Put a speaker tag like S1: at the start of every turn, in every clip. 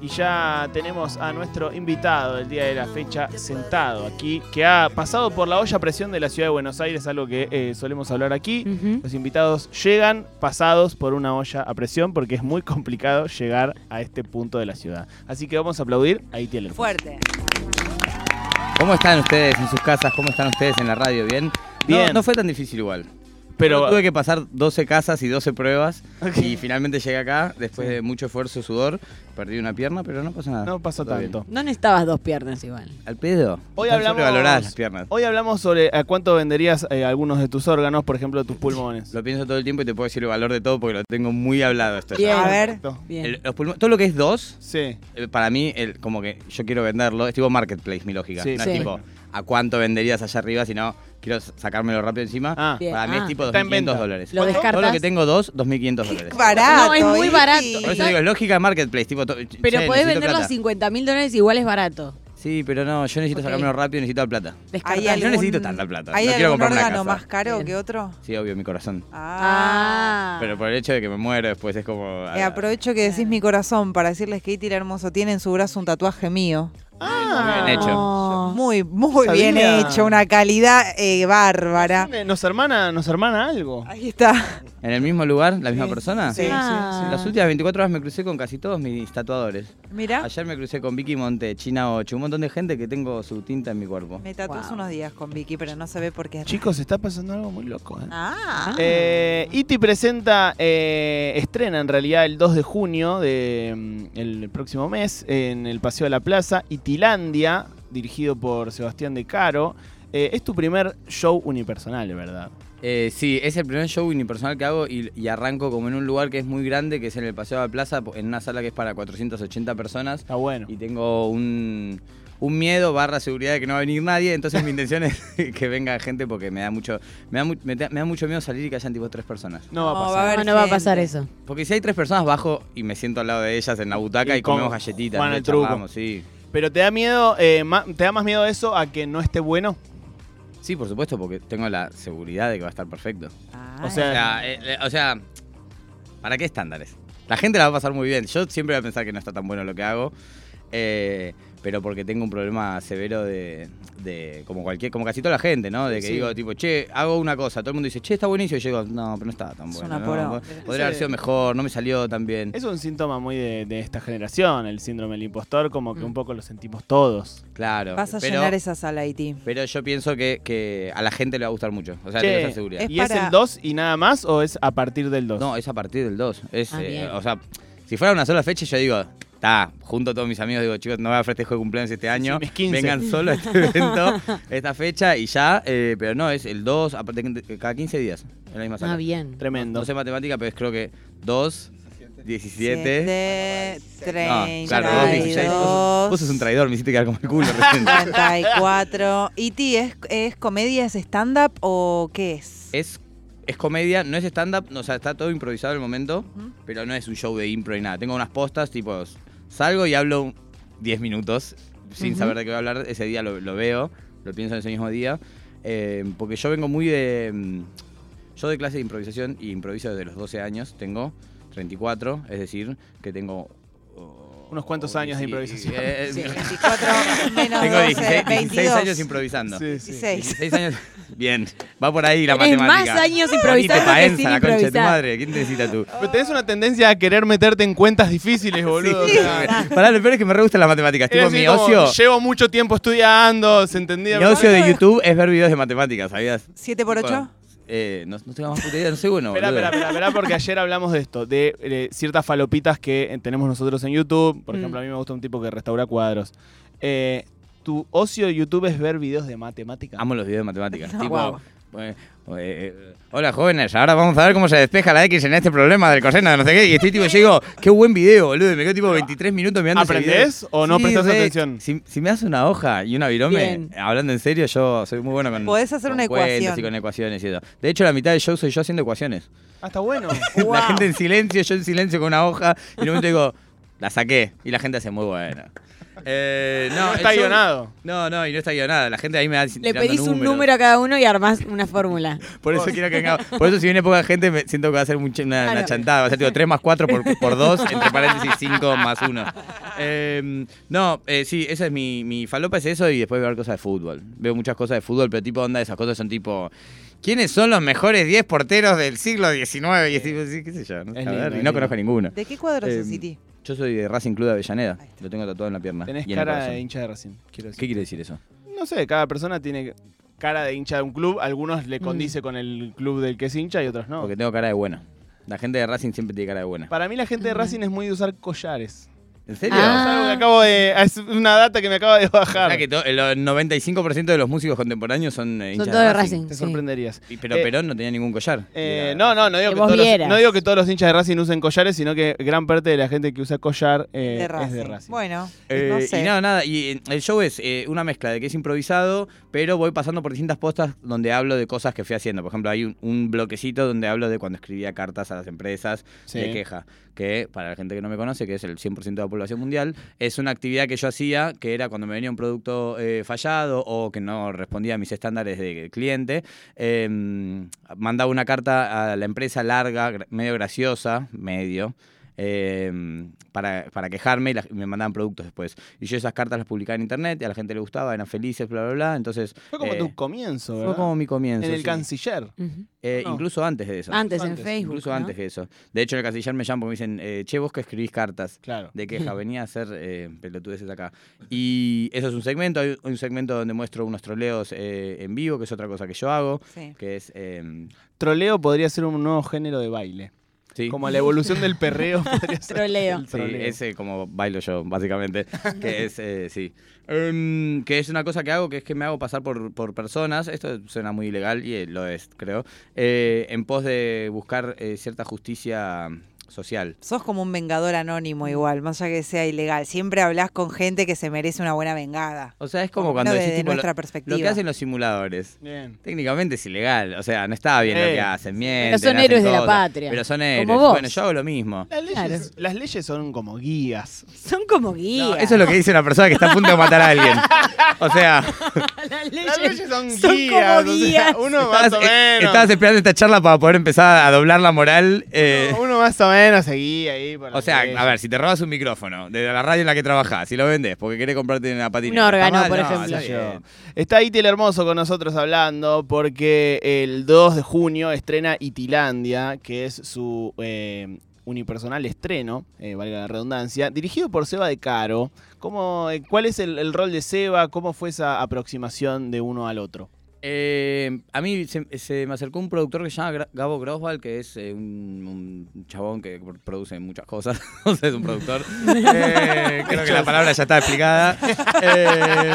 S1: Y ya tenemos a nuestro invitado del día de la fecha sentado aquí, que ha pasado por la olla a presión de la ciudad de Buenos Aires, algo que eh, solemos hablar aquí.
S2: Ujú.
S1: Los invitados llegan pasados por una olla a presión porque es muy complicado llegar a este punto de la ciudad. Así que vamos a aplaudir a Itiel Hermoso.
S3: Fuerte.
S4: ¿Cómo están ustedes en sus casas? ¿Cómo están ustedes en la radio? ¿Bien? No-
S1: Bien.
S4: No, fue tan difícil igual.
S1: Pero
S4: Yo tuve que pasar 12 casas y 12 pruebas y finalmente llegué acá después de mucho esfuerzo, sudor, perdí una pierna, pero no pasa nada.
S1: no pasó
S4: Todo bien.
S1: tanto.
S3: No necesitabas dos piernas igual.
S4: Al pedo.
S1: Hoy
S4: Están
S1: hablamos-
S4: sobrevaloradas las piernas.
S1: Hoy hablamos sobre a cuánto venderías eh, algunos de tus órganos, por ejemplo, tus pulmones.
S4: Lo pienso todo el tiempo y te puedo decir el valor de todo porque lo tengo muy hablado esto.
S3: Bien.
S1: Ah,
S3: A ver.
S1: perfecto.
S3: Bien.
S4: El- los pulmones- todo lo que es dos,
S1: Sí.
S4: eh, para mí, el- como que yo quiero venderlo, es tipo marketplace mi lógica.
S1: Sí,
S4: no
S3: sí.
S4: es tipo a cuánto venderías allá arriba, sino quiero s- sacármelo rápido encima.
S1: Ah.
S3: Bien.
S4: Para mí
S3: Ah.
S4: es tipo
S1: Está en
S4: 2.500
S1: venta.
S4: dólares.
S3: Lo descartás.
S4: Todo lo que tengo dos, 2.500 dólares.
S3: Barato,
S2: No, es muy
S3: Iti.
S2: barato.
S4: Por eso digo, es lógica de marketplace, tipo. to- che,
S2: Pero podés
S4: necesito
S2: venderlo
S4: plata.
S2: a 50 mil dólares, igual es barato.
S4: Sí, pero no, yo necesito
S2: Ok.
S4: sacármelo rápido, necesito la plata.
S2: Descartá.
S3: ¿Hay
S4: Yo
S3: algún-
S4: necesito tanta plata,
S3: ¿Hay
S4: no quiero
S3: algún
S4: comprar una
S3: órgano
S4: casa.
S3: más caro
S2: Bien.
S3: que otro?
S4: Sí, obvio, mi corazón.
S2: Ah.
S4: Pero por el hecho de que me muero después es como.
S3: Eh, aprovecho que decís mi corazón para decirles que Iti el Hermoso tiene en su brazo un tatuaje mío.
S1: Ah,
S4: Bien hecho.
S2: No.
S3: Muy, muy
S1: Sabía.
S3: bien hecho, una calidad eh, bárbara.
S1: Ah. Nos hermana, nos hermana algo.
S3: Ahí está.
S4: ¿En el mismo lugar, la misma persona?
S1: Sí, sí,
S2: Ah.
S4: Las últimas 24 horas me crucé con casi todos mis tatuadores.
S3: Mirá,
S4: Ayer me crucé con Vicky Monte, China 8, un montón de gente que tengo su tinta en mi cuerpo.
S3: me tatué hace
S2: Wow.
S3: unos días con Vicky, pero no se ve por qué.
S1: Chicos, está pasando algo muy loco. ¿eh?
S3: Ah,
S1: Eh, Iti presenta, eh, estrena en realidad el 2 de junio del próximo mes en el Paseo de la Plaza, Itilandia, dirigido por Sebastián De Caro. Eh, es tu primer show unipersonal, de verdad.
S4: Eh, sí, es el primer show unipersonal que hago y, y arranco como en un lugar que es muy grande, que es en el Paseo de la Plaza, en una sala que es para 480 personas.
S1: Está bueno.
S4: Y tengo un, un miedo barra seguridad de que no va a venir nadie, entonces mi intención es que venga gente porque me da mucho me da, mu- me da- me da mucho miedo salir y que hayan tipo tres personas.
S1: No va a
S3: No,
S1: pasar.
S3: va a haber
S2: Ah, No, no va a
S3: gente.
S2: pasar eso.
S4: Porque si hay tres personas bajo y me siento al lado de ellas en la butaca
S1: Y
S4: y, comemos
S1: como
S4: galletitas.
S1: Juan
S4: ¿no?
S1: el Truco.
S4: Charlamos, sí.
S1: Pero te da miedo, eh, ma- te da más miedo eso a que no esté bueno.
S4: sí, por supuesto, porque tengo la seguridad de que va a estar perfecto.
S3: Ah,
S1: O
S4: O
S1: sea,
S4: sea, eh, eh, o sea, ¿para qué estándares? La gente la va a pasar muy bien. Yo siempre voy a pensar que no está tan bueno lo que hago. eh, pero porque tengo un problema severo de, de- como cualquier como casi toda la gente no de que
S1: Sí.
S4: digo tipo che hago una cosa todo el mundo dice che está buenísimo y yo digo no pero no estaba tan
S3: Es
S4: bueno
S3: una
S4: no,
S3: poronga.
S4: po- podría haber sido mejor no me salió tan bien
S1: es un síntoma muy de, de esta generación, el síndrome del impostor, como
S3: Mm.
S1: que un poco lo sentimos todos.
S4: claro
S3: vas a
S4: pero,
S3: llenar esa sala, Iti.
S4: pero yo pienso que, que a la gente le va a gustar mucho o sea
S1: Che,
S4: tengo esa seguridad
S3: Es
S1: ¿Y es
S3: para-
S1: el 2 y nada más o es a partir del 2?
S4: No, es a partir del 2. Es,
S2: Ah,
S4: eh,
S2: bien.
S4: o sea, si fuera una sola fecha, yo digo, está, junto a todos mis amigos, digo, chicos, no voy a festejo de cumpleaños este año.
S1: mis 15.
S4: Vengan solo a este evento, esta fecha y ya. eh, pero no, es el 2, aparte que cada 15 días, en la misma sala.
S2: Ah, bien.
S1: Tremendo.
S4: No sé matemática, pero es creo que 2, 17.
S3: Siete,
S4: No,
S3: treinta
S4: claro, 2, 16. Vos, sos- vos sos un
S3: y dos,
S4: traidor, me hiciste quedar como el culo recién.
S3: 34. ¿Iti E es, es comedia, es stand-up o qué es?
S4: es, es comedia, no es stand-up, no, o sea, está todo improvisado en el momento, pero no es un show de impro ni nada. Tengo unas postas, tipo, salgo y hablo un- 10 minutos sin saber de qué voy a hablar. Ese día lo, lo veo, lo pienso en ese mismo día. eh, porque yo vengo muy de. mm, Yo de clase de improvisación y improviso desde los 12 años, tengo 34, es decir, que tengo. oh,
S1: Unos cuantos años de
S4: sí,
S1: improvisación.
S4: eh,
S3: Sí, 24 menos
S4: tengo
S3: 12,
S4: 16, 16 años
S3: 22.
S4: improvisando.
S1: Sí, sí.
S3: 16.
S4: 16 años. Bien, va por ahí la
S2: Tenés
S4: matemática.
S2: más años
S4: Ahorita
S2: improvisando que
S4: paenza,
S2: sin
S4: la concha de tu
S2: improvisar.
S4: madre. ¿Quién te necesita tú?
S1: Pero tenés una tendencia a querer meterte en cuentas difíciles, boludo. o sea,
S4: Pará, lo peor es que me re gustan las matemáticas.
S1: es
S4: Tipo,
S1: decir,
S4: mi
S1: como,
S4: ocio,
S1: Llevo mucho tiempo estudiando, ¿se entendía?
S4: mi ocio de YouTube es ver videos de matemáticas, ¿sabías?
S3: ¿Siete por
S4: Tipo,
S3: ocho?
S4: Eh, no, no tengo más puta idea, no soy bueno,
S1: Espera,
S4: boludo.
S1: espera, espera, porque ayer hablamos de esto, de, eh, ciertas falopitas que eh, tenemos nosotros en YouTube. Por
S2: Mm.
S1: ejemplo, a mí me gusta un tipo que restaura cuadros. Eh, tu ocio de YouTube es ver videos de matemática.
S4: Amo los videos de matemáticas.
S3: No,
S4: tipo,
S3: guau.
S4: eh, eh, hola jóvenes, ahora vamos a ver cómo se despeja la X en este problema del coseno de no sé qué. Y estoy tipo, yo digo, qué buen video, boludo. Y me quedo tipo 23 minutos mirando ese video.
S1: ¿Aprendés o no
S4: Sí,
S1: prestás
S4: re.
S1: atención?
S4: Si, si me das una hoja y una virome,
S2: Bien.
S4: hablando en serio, yo soy muy bueno con.
S3: Podés hacer
S4: con
S3: una
S4: cuentas
S3: ecuación.
S4: y con ecuaciones y eso. De hecho, la mitad del show soy yo haciendo ecuaciones.
S1: Ah, está bueno.
S4: La gente en silencio, yo en silencio con una hoja. Y en un momento digo, La saqué y la gente hace muy bueno. Eh, no,
S1: No
S4: el
S1: está
S4: show-
S1: guionado.
S4: No, no, y no está guionada. La gente ahí me va
S2: Le
S4: tirando
S2: pedís un
S4: números.
S2: número a cada uno y armás una fórmula.
S4: Por eso quiero que venga- Por eso si viene poca gente me siento que va a ser mucha- una, una
S2: Claro.
S4: chantada. Va a ser tipo 3 más 4 por, por 2, entre paréntesis 5 más 1. no, eh, sí, esa es mi, mi falopa, es eso y después ver cosas de fútbol. Veo muchas cosas de fútbol, pero tipo onda, esas cosas son tipo... ¿Quiénes son los mejores 10 porteros del siglo XIX? Y es tipo, sí, qué sé yo, no,
S1: Es
S4: A ver,
S1: lindo,
S4: y
S1: es
S4: no
S1: lindo.
S4: conozco ninguno.
S3: ¿De qué cuadro
S4: Eh,
S3: sos, E Iti?
S4: Yo soy de Racing Club de Avellaneda.
S3: Ahí está.
S4: Lo tengo tatuado en la pierna.
S1: Tenés
S4: y en el
S1: cara
S4: corazón.
S1: de hincha de Racing, quiero decir.
S4: ¿Qué quiere decir eso?
S1: No sé, cada persona tiene cara de hincha de un club. Algunos le condice con el club del que es hincha y otros no.
S4: Mm. Porque tengo cara de buena. La gente de Racing siempre tiene cara de buena.
S1: Para mí la gente de Racing es muy de usar collares.
S4: ¿En serio?
S2: Ah,
S1: Es algo que acabo de... Es una data que me acaba de
S4: O
S1: bajar.
S4: sea que to- el 95% de los músicos contemporáneos son eh, hinchas
S2: Son todos de Racing.
S1: Te
S2: sí.
S1: sorprenderías.
S4: Y- Pero
S1: Eh,
S4: Perón no tenía ningún collar.
S1: Eh,
S4: Era-
S1: no, no, no digo
S2: Que
S1: que,
S2: vos
S1: todos los,
S2: vieras.
S1: no digo que todos los hinchas de Racing usen collares, sino que gran parte de la gente que usa collar eh,
S3: De
S1: es
S3: Racing.
S1: de Racing.
S3: Bueno,
S4: Eh,
S3: no sé.
S4: Y nada, nada. Y eh, el show es eh, una mezcla de que es improvisado, pero voy pasando por distintas postas donde hablo de cosas que fui haciendo. Por ejemplo, hay un, un bloquecito donde hablo de cuando escribía cartas a las empresas
S1: Sí.
S4: de queja. Que para la gente que no me conoce, que es el 100% de la población mundial, es una actividad que yo hacía, que era cuando me venía un producto eh, fallado o que no respondía a mis estándares de cliente. eh, mandaba una carta a la empresa larga, gra- medio graciosa, medio. eh, para, para quejarme y la- me mandaban productos después. Y yo esas cartas las publicaba en internet y a la gente le gustaba, eran felices, bla, bla, bla. Entonces,
S1: Fue como
S4: eh,
S1: tu comienzo,
S4: fue
S1: ¿verdad?
S4: como mi comienzo.
S1: en el
S4: sí.
S1: canciller.
S2: Ujú.
S4: Eh,
S1: No.
S4: Incluso antes de eso.
S2: Antes, en
S1: Antes,
S2: Facebook.
S4: Incluso
S2: ¿no?
S4: antes de eso. De hecho, en el canciller me llaman porque me dicen, eh, che, vos que escribís cartas
S1: Claro.
S4: de queja, venía a hacer eh, pelotudeces acá. Y eso es un segmento, hay un segmento donde muestro unos troleos eh, en vivo, que es otra cosa que yo hago,
S3: Sí.
S4: que es... eh,
S1: Troleo podría ser un nuevo género de baile.
S4: sí.
S1: Como la evolución del perreo podría ser
S2: Troleo.
S1: el
S4: Sí,
S1: troleo.
S4: ese como bailo yo, básicamente. que es, eh, sí. Em, que es una cosa que hago, que es que me hago pasar por, por personas. Esto suena muy ilegal y eh, lo es, creo. eh, en pos de buscar eh, cierta justicia social.
S3: Sos como un vengador anónimo igual, más allá que sea ilegal. Siempre hablas con gente que se merece una buena vengada.
S4: O sea, es como cuando
S3: no
S4: decís,
S3: desde
S4: tipo, lo-
S3: nuestra
S4: lo,
S3: perspectiva.
S4: que hacen los simuladores.
S1: Bien.
S4: Técnicamente es ilegal, o sea, no está bien lo
S1: Eh.
S4: que hacen, mienten,
S2: Pero son
S4: hacen
S2: héroes de la
S4: cosas,
S2: patria.
S4: Pero son
S2: Como
S4: héroes.
S2: vos.
S4: Bueno, yo hago lo mismo.
S1: Las leyes,
S2: Claro.
S1: las leyes son como guías.
S2: Son como
S4: No,
S2: guías.
S4: eso es lo que dice una persona que está a punto de matar a alguien. O sea,
S2: Las
S1: Las leyes
S2: leyes
S1: son guías.
S2: son como
S1: o sea,
S2: guías.
S1: uno más
S4: estabas,
S1: o
S4: eh,
S1: menos.
S4: estabas esperando esta charla para poder empezar a doblar la moral. eh,
S1: Uno más o menos seguía ahí. por
S4: o
S1: las
S4: sea,
S1: leyes.
S4: a ver, si te robas un micrófono de la radio en la que trabajás, si lo vendes porque querés comprarte una patineta.
S2: Un órgano,
S4: ¿está mal?
S2: por
S4: No,
S2: ejemplo.
S4: está bien.
S1: Está Iti el Hermoso con nosotros hablando porque el 2 de junio estrena Itilandia, que es su eh, unipersonal estreno, eh, valga la redundancia, dirigido por Seba de Caro. ¿Cómo, eh, ¿Cuál es el, el rol de Seba? ¿Cómo fue esa aproximación de uno al otro?
S4: Eh, a mí se, se me acercó un productor que se llama Gra- Gabo Grosval, que es eh, un, un chabón que pr- produce muchas cosas. o sea, es un productor. Eh, creo que la palabra ya está explicada. Eh,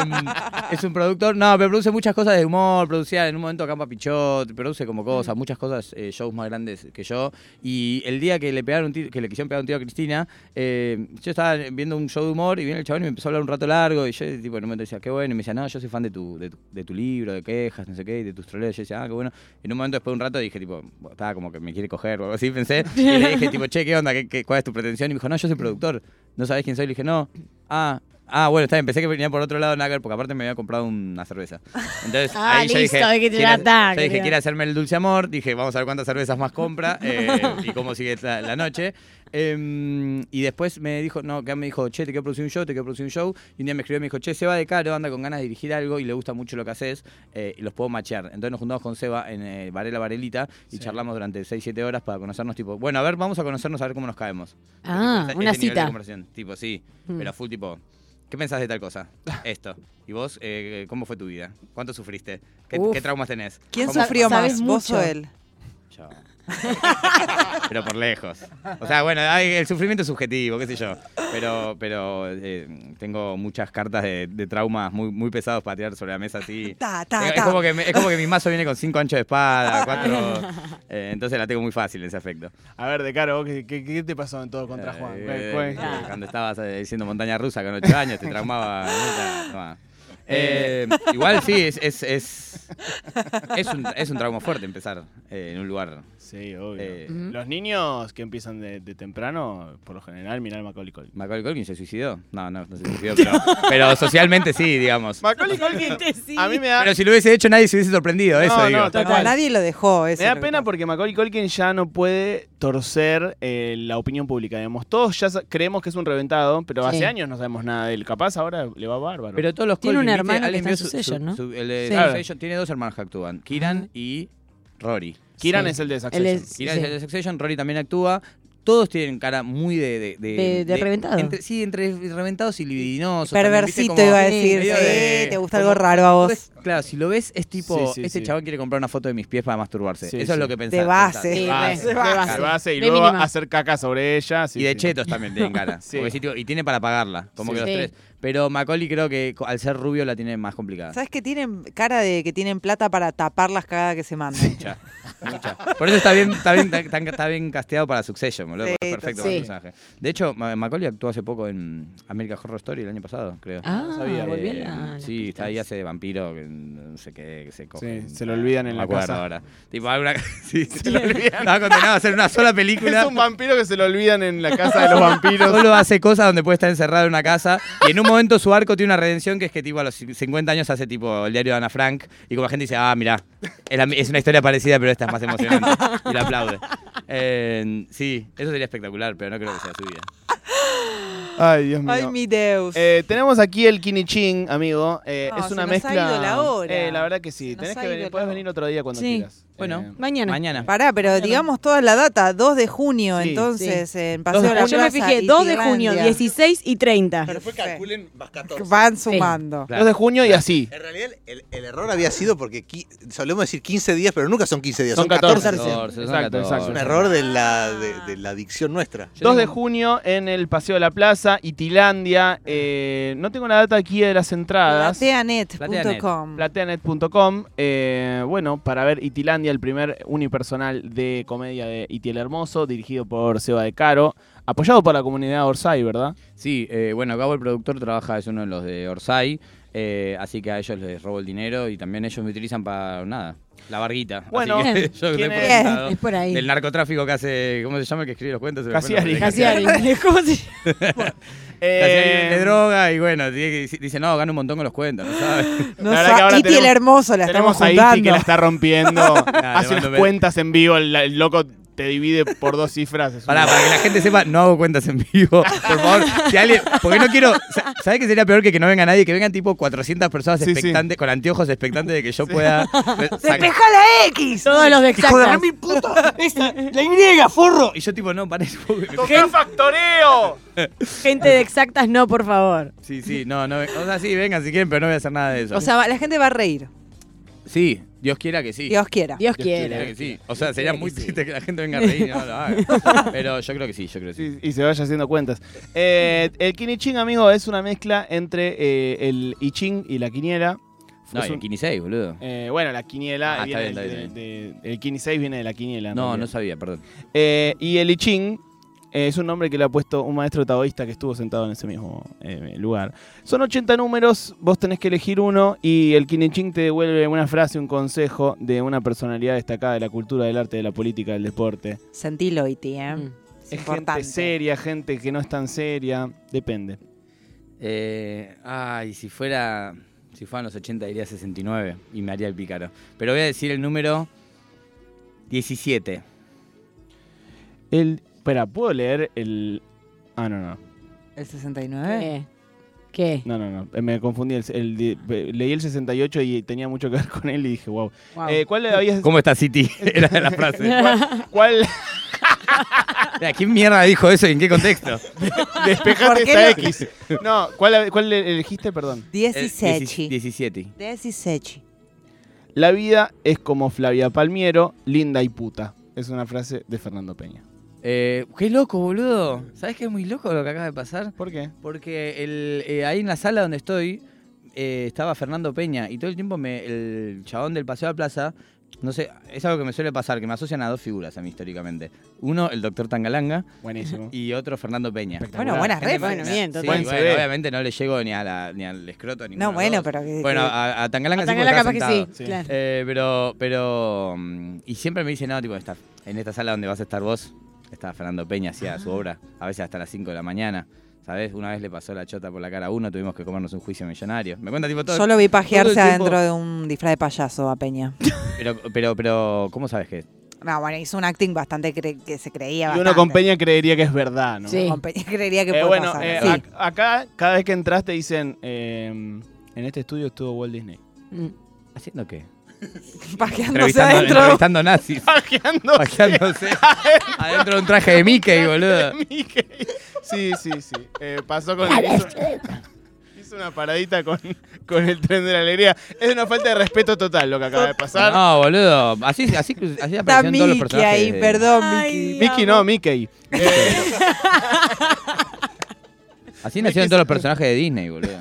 S4: es un productor. No, pero produce muchas cosas de humor. Producía en un momento Campa Pichot, produce como cosas, muchas cosas, eh, shows más grandes que yo. Y el día que le pegaron un tiro- que le quisieron pegar un tiro a Cristina, eh, yo estaba viendo un show de humor y viene el chabón y me empezó a hablar un rato largo y yo tipo, en un momento decía, qué bueno, y me decía, no, yo soy fan de tu, de tu, de tu libro, de quejas, no sé qué, y de tus troleos, yo decía, ah, qué bueno. En un momento después de un rato dije, tipo, "Bueno, estaba como que me quiere coger o algo así, pensé, y le dije, tipo, che, ¿qué onda? ¿Qué, qué, cuál es tu pretensión? Y me dijo, no, yo soy productor, ¿no sabes quién soy? Le dije, no, ah... Ah, bueno, está bien, pensé que venía por otro lado Nagar, porque aparte me había comprado una cerveza. Entonces,
S2: Ah,
S4: ahí yo
S2: listo,
S4: dije,
S2: de que te
S4: "Quiere-
S2: la ataque,
S4: yo dije,
S2: digamos".
S4: quiere hacerme el dulce amor, dije, vamos a ver cuántas cervezas más compra eh, y cómo sigue la, la noche. Em, y después me dijo, no, que me dijo, che, te quiero producir un show, te quiero producir un show. Y un día me escribió y me dijo, che, Seba de Caro anda con ganas de dirigir algo y le gusta mucho lo que haces eh, y los puedo machear. Entonces nos juntamos con Seba en eh, Varela Varelita y
S1: Sí.
S4: charlamos durante 6-7 horas para conocernos, tipo, bueno, a ver, vamos a conocernos a ver cómo nos caemos.
S2: Ah,
S4: Ese-
S2: una
S4: ese nivel de
S2: cita.
S4: conversación, tipo, sí,
S3: Hmm.
S2: Mm.
S4: pero full tipo... ¿Qué pensás de tal cosa? Esto. ¿Y vos, eh, cómo fue tu vida? ¿Cuánto sufriste? ¿Qué,
S2: Uf.
S4: qué traumas tenés?
S3: ¿Quién
S4: ¿Cómo-
S3: sufrió
S2: Sabes
S3: más, vos
S2: mucho.
S3: o él?
S4: yo. pero por lejos. O sea, bueno, hay- el sufrimiento es subjetivo, qué sé yo. Pero, pero eh, tengo muchas cartas de, de traumas muy, muy pesados para tirar sobre la mesa así.
S3: Ta,
S4: Es,
S3: ta,
S4: es
S3: ta.
S4: como que, me- es como que mi mazo viene con cinco anchos de espada, cuatro. eh, entonces la tengo muy fácil en ese aspecto.
S1: A ver, de Caro, ¿vos ¿qué, qué- qué te pasó en todo contra Juan?
S4: Eh,
S2: Ah.
S1: ¿Cuál- cuál-
S4: cuando estabas eh, diciendo montaña rusa con ocho años, te traumaba. nunca, no, Eh, igual sí, es, es, es, es un, es un trauma fuerte empezar eh, en un lugar.
S1: Sí, obvio.
S4: Eh,
S2: Ujú.
S1: Los niños que empiezan de, de temprano, por lo general, miran Macaulay Culkin.
S4: Macaulay Culkin se suicidó. No, no, no se suicidó, pero, pero socialmente sí, digamos.
S1: Macaulay
S2: Gente, sí.
S1: A mí me da,
S4: Pero si lo hubiese hecho nadie se hubiese sorprendido,
S1: No,
S4: eso
S1: no,
S4: digo.
S1: tal
S3: Total,
S1: cual.
S3: nadie lo dejó. eso
S1: me
S3: es
S1: da
S3: lo que
S1: pena
S3: pasa.
S1: porque Macaulay Culkin ya no puede torcer eh, la opinión pública. Digamos, todos ya sa- creemos que es un reventado, pero
S2: Sí.
S1: hace años no sabemos nada de él. Capaz ahora le va bárbaro.
S4: Pero todos los
S2: Tiene un
S4: Culkin, ¿viste?
S2: hermano que
S4: Alguien
S2: está en
S4: vio
S2: su sello, ¿no?
S4: su- el de-
S2: Sí.
S4: claro,
S1: Sí.
S4: sello- tiene dos hermanos que actúan, Kiran y Rory.
S1: Kiran
S2: Sí.
S1: es el de
S2: Él
S1: Succession.
S2: es-
S4: Kiran
S2: sí.
S4: es el de Succession, Rory también actúa. Todos tienen cara muy de... De,
S2: De- de reventado.
S4: entre- sí, entre reventados y libidinosos. también, ¿viste?
S3: Perversito
S4: Como-
S3: iba a
S2: Sí,
S3: decir.
S4: medio
S3: sí,
S4: de-
S3: te gusta
S4: como-
S3: algo raro a vos.
S4: Pues, claro, si lo ves, es tipo,
S1: Sí, sí,
S4: este
S1: sí.
S4: chabón quiere comprar una foto de mis pies para masturbarse.
S1: Sí,
S4: Eso es
S1: sí.
S4: lo que pensás.
S3: De base.
S4: pensás.
S2: Sí,
S1: Ah,
S2: re,
S1: sí.
S2: re
S3: Ah,
S2: base.
S1: Se va a hacer- y
S2: Re
S1: luego
S2: mínima.
S1: hacer caca sobre ella. sí,
S4: y de
S1: sí.
S4: chetos también tienen cara.
S1: Sí.
S4: Porque sí, tipo, y tiene para pagarla. Como
S1: Sí.
S4: que los
S2: Sí.
S4: tres. Pero Macaulay creo que co- al ser rubio la tiene más complicada.
S3: ¿Sabes que tienen cara de que tienen plata para tapar las cagadas que se mandan?
S4: Mucha, mucha. Por eso está bien, está bien, está, está- está bien casteado para Succession, boludo.
S3: Sí,
S2: sí.
S4: Perfecto para el personaje. De hecho, Ma- Macaulay actuó hace poco en American Horror Story el año pasado, creo.
S2: Ah,
S1: sabía.
S2: volvió
S4: Eh,
S2: la- las
S4: sí, está ahí
S2: pistas.
S4: hace de vampiro, que no sé qué, que se coge.
S1: Sí, se lo olvidan en la casa.
S4: ahora. Tipo, alguna... sí, se lo olvidan. Estaba condenado a hacer una sola película.
S1: Es un vampiro que se lo olvidan en la casa de los vampiros.
S4: Solo hace cosas donde puede estar encerrado en una casa. Y en un momento su arco tiene una redención que es que tipo a los 50 años hace tipo el diario de Ana Frank. Y como la gente dice, ah, mirá, es, la- es una historia parecida, pero esta es más emocionante. Y la aplaude. Eh, sí, eso sería espectacular, pero no creo que sea su vida.
S1: Ay, Dios mío.
S3: Ay, mi Deus.
S1: Eh, tenemos aquí el Kiniching, amigo. Eh,
S3: No,
S1: es
S3: Ah, se
S1: una
S3: nos ha
S1: mezcla.
S3: ido la hora.
S1: Eh, la verdad que sí.
S3: Se nos
S1: Tenés
S3: ha
S1: que
S3: ido
S1: venir,
S3: la
S1: podés
S3: hora.
S1: venir otro día cuando
S4: Sí.
S1: quieras.
S4: Bueno,
S1: Eh,
S2: Mañana.
S4: Mañana.
S3: Pará, pero digamos toda la data, 2 de junio,
S1: Sí.
S3: entonces, en Paseo de
S2: Paseo,
S3: la
S2: yo me
S3: Plaza
S2: fijé,
S3: y
S2: 2 de junio,
S3: Tailandia.
S2: 16 y 30.
S3: Pero-
S5: Después
S3: Perfecto.
S5: calculen más 14.
S3: Van sumando.
S4: Claro.
S1: 2 de junio y así.
S5: En realidad, el, el error había sido porque qui- solemos decir 15 días, pero nunca son 15 días, son,
S1: Son 14.
S5: 14.
S4: son
S1: Exacto,
S4: 14.
S1: exacto.
S5: Es un error de la, de, de la dicción nuestra.
S4: Yo
S1: 2 de
S4: tengo-
S1: junio en el Paseo de la Plaza, Itilandia. Eh, no tengo la data aquí de las entradas.
S3: Plateanet.com.
S1: Plateanet.com. eh, bueno, para ver Itilandia, el primer unipersonal de comedia de Iti el Hermoso, dirigido por Seba de Caro, apoyado por la comunidad Orsay, ¿verdad?
S4: Sí, eh, bueno, Gabo el productor trabaja, es uno de los de Orsay, eh, así que a ellos les robo el dinero y también ellos me utilizan para nada, la barguita. Así
S1: Bueno,
S4: que yo doy
S1: ¿quién
S4: por
S1: es?
S4: ese lado.
S2: Es por ahí.
S4: Del narcotráfico que hace, ¿cómo se llama el que escribe los cuentos? Se me fue el
S1: Casiari.
S4: nombre.
S2: Casi alguien. ¿Cómo se llama?
S4: Casiari
S1: Eh,
S4: vende droga y bueno, tiene que- dice, no, gana un montón con los cuentos, ¿no sabes?
S3: No
S1: La verdad
S3: sa-
S1: que ahora
S3: Iti el
S1: tenemos-
S3: hermoso la estamos
S1: Tenemos a Iti que
S3: juntando.
S1: la está rompiendo. Hace
S4: mando
S1: unas
S4: un beso.
S1: cuentas en vivo. El, el loco te divide por dos cifras. es
S4: Pará,
S1: una-
S4: para que la gente sepa, no hago cuentas en vivo. Por favor, si alguien. Porque no quiero. sa- ¿Sabés qué sería peor que que no venga nadie? Que vengan tipo 400 personas
S1: Sí, sí.
S4: expectantes, con anteojos expectantes de que yo pueda. sacar-
S3: ¡Despejá la X!
S2: Todos los de exactas.
S4: Y yo tipo, no, parece.
S1: ¡Tocá factoreo!
S2: Gente de exactas, no, por favor.
S4: Sí, sí, no, no. O sea, sí, vengan si quieren, pero no voy a hacer nada de eso.
S3: O sea, va- la gente va a reír.
S4: sí, Dios quiera que sí.
S3: Dios quiera.
S2: Dios
S4: Dios quiera
S2: quiera.
S4: que sí. O sea, sería
S2: quiera
S4: muy
S2: que sí.
S4: triste que la gente venga a reír y no lo haga. Pero yo creo que sí, yo creo que sí.
S1: Sí, y se vaya haciendo cuentas. Eh, el Kiniching, amigo, es una mezcla entre eh, el I Ching y la quiniela.
S4: No,
S1: Es
S4: y
S1: un-
S4: el 15, boludo.
S1: eh, bueno, la quiniela
S4: Ah,
S1: viene
S4: está bien,
S1: del-
S4: está
S1: de- de- el Kini 6 viene de la quiniela. en
S4: No, no
S1: realidad.
S4: sabía, perdón.
S1: Eh, y el I Ching eh, es un nombre que le ha puesto un maestro taoísta que estuvo sentado en ese mismo eh, lugar. Son 80 números, vos tenés que elegir uno y el Kini Ching te devuelve una frase, un consejo de una personalidad destacada de la cultura, del arte, de la política, del deporte.
S3: Sentilo, Iti, ¿eh? Es,
S1: es
S3: importante.
S1: gente seria, gente que no es tan seria, depende.
S4: Eh, ay, si fuera. Si fueran los 80, diría 69 y me haría el pícaro. Pero voy a decir el número 17.
S1: El. Espera, ¿puedo leer el. Ah, no, no.
S3: ¿El 69?
S2: ¿Qué? ¿Qué?
S1: No, no, no. Eh, Me confundí. El, el di- eh, leí el 68 y tenía mucho que ver con él y dije, wow.
S2: Wow.
S1: Eh, ¿Cuál le habías.?
S4: ¿Cómo está City? Era la frase.
S1: ¿Cuál
S4: O sea, ¿Quién mierda dijo eso y en qué contexto?
S1: despejate
S3: ¿Por qué
S1: esta
S3: no?
S1: X? No, ¿cuál, ¿cuál le- elegiste? Perdón.
S4: Eh,
S1: eh,
S3: 16.
S4: 17.
S3: 16.
S1: La vida es como Flavia Palmiero, linda y puta. Es una frase de Fernando Peña.
S4: Eh, qué loco, boludo. ¿Sabes qué es muy loco lo que acaba de pasar?
S1: ¿Por qué?
S4: Porque el, eh, ahí en la sala donde estoy eh, estaba Fernando Peña y todo el tiempo me, el chabón del Paseo de la Plaza No sé, es algo que me suele pasar, que me asocian a dos figuras a mí históricamente. Uno, el doctor Tangalanga,
S1: Buenísimo.
S4: y otro, Fernando Peña.
S3: Bueno, buenas
S2: Gente,
S3: redes.
S2: bueno, bien,
S4: Sí,
S2: total.
S1: Buen
S4: bueno,
S1: CV.
S4: obviamente no le llego ni, a la- ni al escroto. a ninguno
S3: No,
S4: de los
S3: bueno,
S4: dos.
S3: pero eh, que.
S4: Bueno,
S3: que-
S4: a, a Tangalanga sí
S2: Hasta que
S4: porque
S2: la capaz
S4: estaba
S2: que
S4: sentado.
S1: Sí.
S2: sí, claro.
S4: Eh, pero, pero. mm, Y siempre me dicen, no, tipo, está, en esta sala donde vas a estar vos, estaba Fernando Peña, hacía
S3: Ah.
S4: su obra, a veces hasta las 5 de la mañana. ¿Sabes? Una vez le pasó la chota por la cara a uno, tuvimos que comernos un juicio millonario. Me cuenta, tipo, todo.
S3: Solo vi
S4: todo
S3: pajearse
S4: el tiempo-
S3: adentro de un disfraz de payaso a Peña.
S4: Pero, pero, pero, ¿cómo sabes que?
S3: No, bueno, hizo un acting bastante cre- que se creía
S1: Y
S3: bastante.
S1: uno con Peña creería que es verdad, ¿no?
S2: Sí.
S3: Con Peña creería que
S1: Eh,
S3: puede
S1: bueno,
S3: pasar.
S1: eh,
S3: sí.
S1: ac- acá cada vez que entras te dicen, eh, en este estudio estuvo Walt Disney.
S2: Mm.
S4: ¿Haciendo qué?
S3: Pajeándose
S4: Entrevistando,
S3: adentro. Ah,
S4: entrevistando nazis.
S1: Pajeando.
S4: Pajeándose adentro de un traje de Mickey, boludo.
S1: Mickey. Sí, sí, sí. Eh, pasó con... Hizo, hizo una paradita con, con el tren de la alegría. Es una falta de respeto total lo que acaba de pasar.
S4: No, boludo. Así, así, así
S3: Está
S4: aparecieron todos los
S3: Mickey
S4: personajes.
S3: ahí,
S4: de-
S3: perdón,
S2: Ay,
S3: Mickey.
S1: Mickey no, Mickey. Eh,
S4: Así nacieron todos los personajes de Disney, boludo.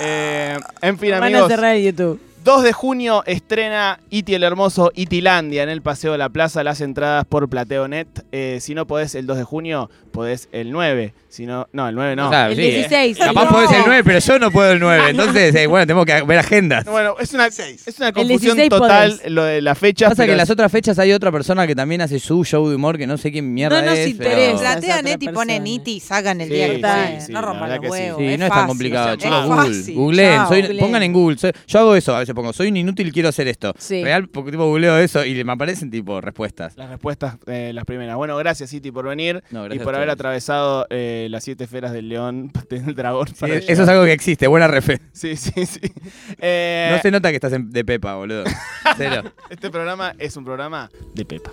S1: eh, en fin,
S2: Van a
S1: amigos.
S2: cerrar el YouTube.
S1: 2 de junio estrena Iti el Hermoso Itilandia en el Paseo de la Plaza. Las entradas por Plateonet. Eh, si no podés el 2 de junio, podés el 9. Si no, no, el 9 no.
S4: O sea,
S2: El
S4: sí, eh.
S2: 16.
S4: Capaz
S2: no.
S4: podés el 9, pero yo no puedo el 9. Entonces, eh, bueno, tengo que ver agendas.
S1: bueno, es una,
S5: Seis.
S1: es una
S2: El
S1: confusión
S2: 16
S1: total
S2: podés.
S1: lo de la fecha.
S4: Pasa
S1: pero
S4: que en
S1: es-
S4: las otras fechas hay otra persona que también hace su show de humor que no sé quién mierda
S2: No nos
S4: es.
S2: interesa.
S4: pero-
S3: Platean
S2: otra
S3: Eti, ponen
S2: persona.
S3: Eti y sacan el
S1: Sí,
S3: día que
S2: sí,
S3: sale.
S1: sí,
S3: no
S1: la
S3: rompan
S1: verdad
S3: los
S1: que sí.
S3: huevos.
S4: Sí,
S3: es
S4: no es tan
S3: fácil,
S4: complicado,
S3: es
S4: chicos. Google,
S3: fácil.
S4: googleen,
S3: Chao,
S4: soy-
S2: googleen.
S4: pongan en Google. soy- yo hago eso, a veces pongo, soy un inútil, quiero hacer esto.
S2: Sí.
S4: Real, porque tipo googleo eso y me aparecen tipo respuestas.
S1: Las respuestas, eh, las primeras. Bueno, gracias Iti por venir
S4: No,
S1: y
S4: gracias
S1: por
S4: a
S1: haber
S4: ustedes.
S1: atravesado eh, las siete esferas del león, del dragón.
S4: Sí,
S1: para
S4: eso es algo que existe, buena refe.
S1: Sí, sí, sí. Eh,
S4: No se nota que estás en- de Pepa, boludo. Cero.
S1: Este programa es un programa de Pepa.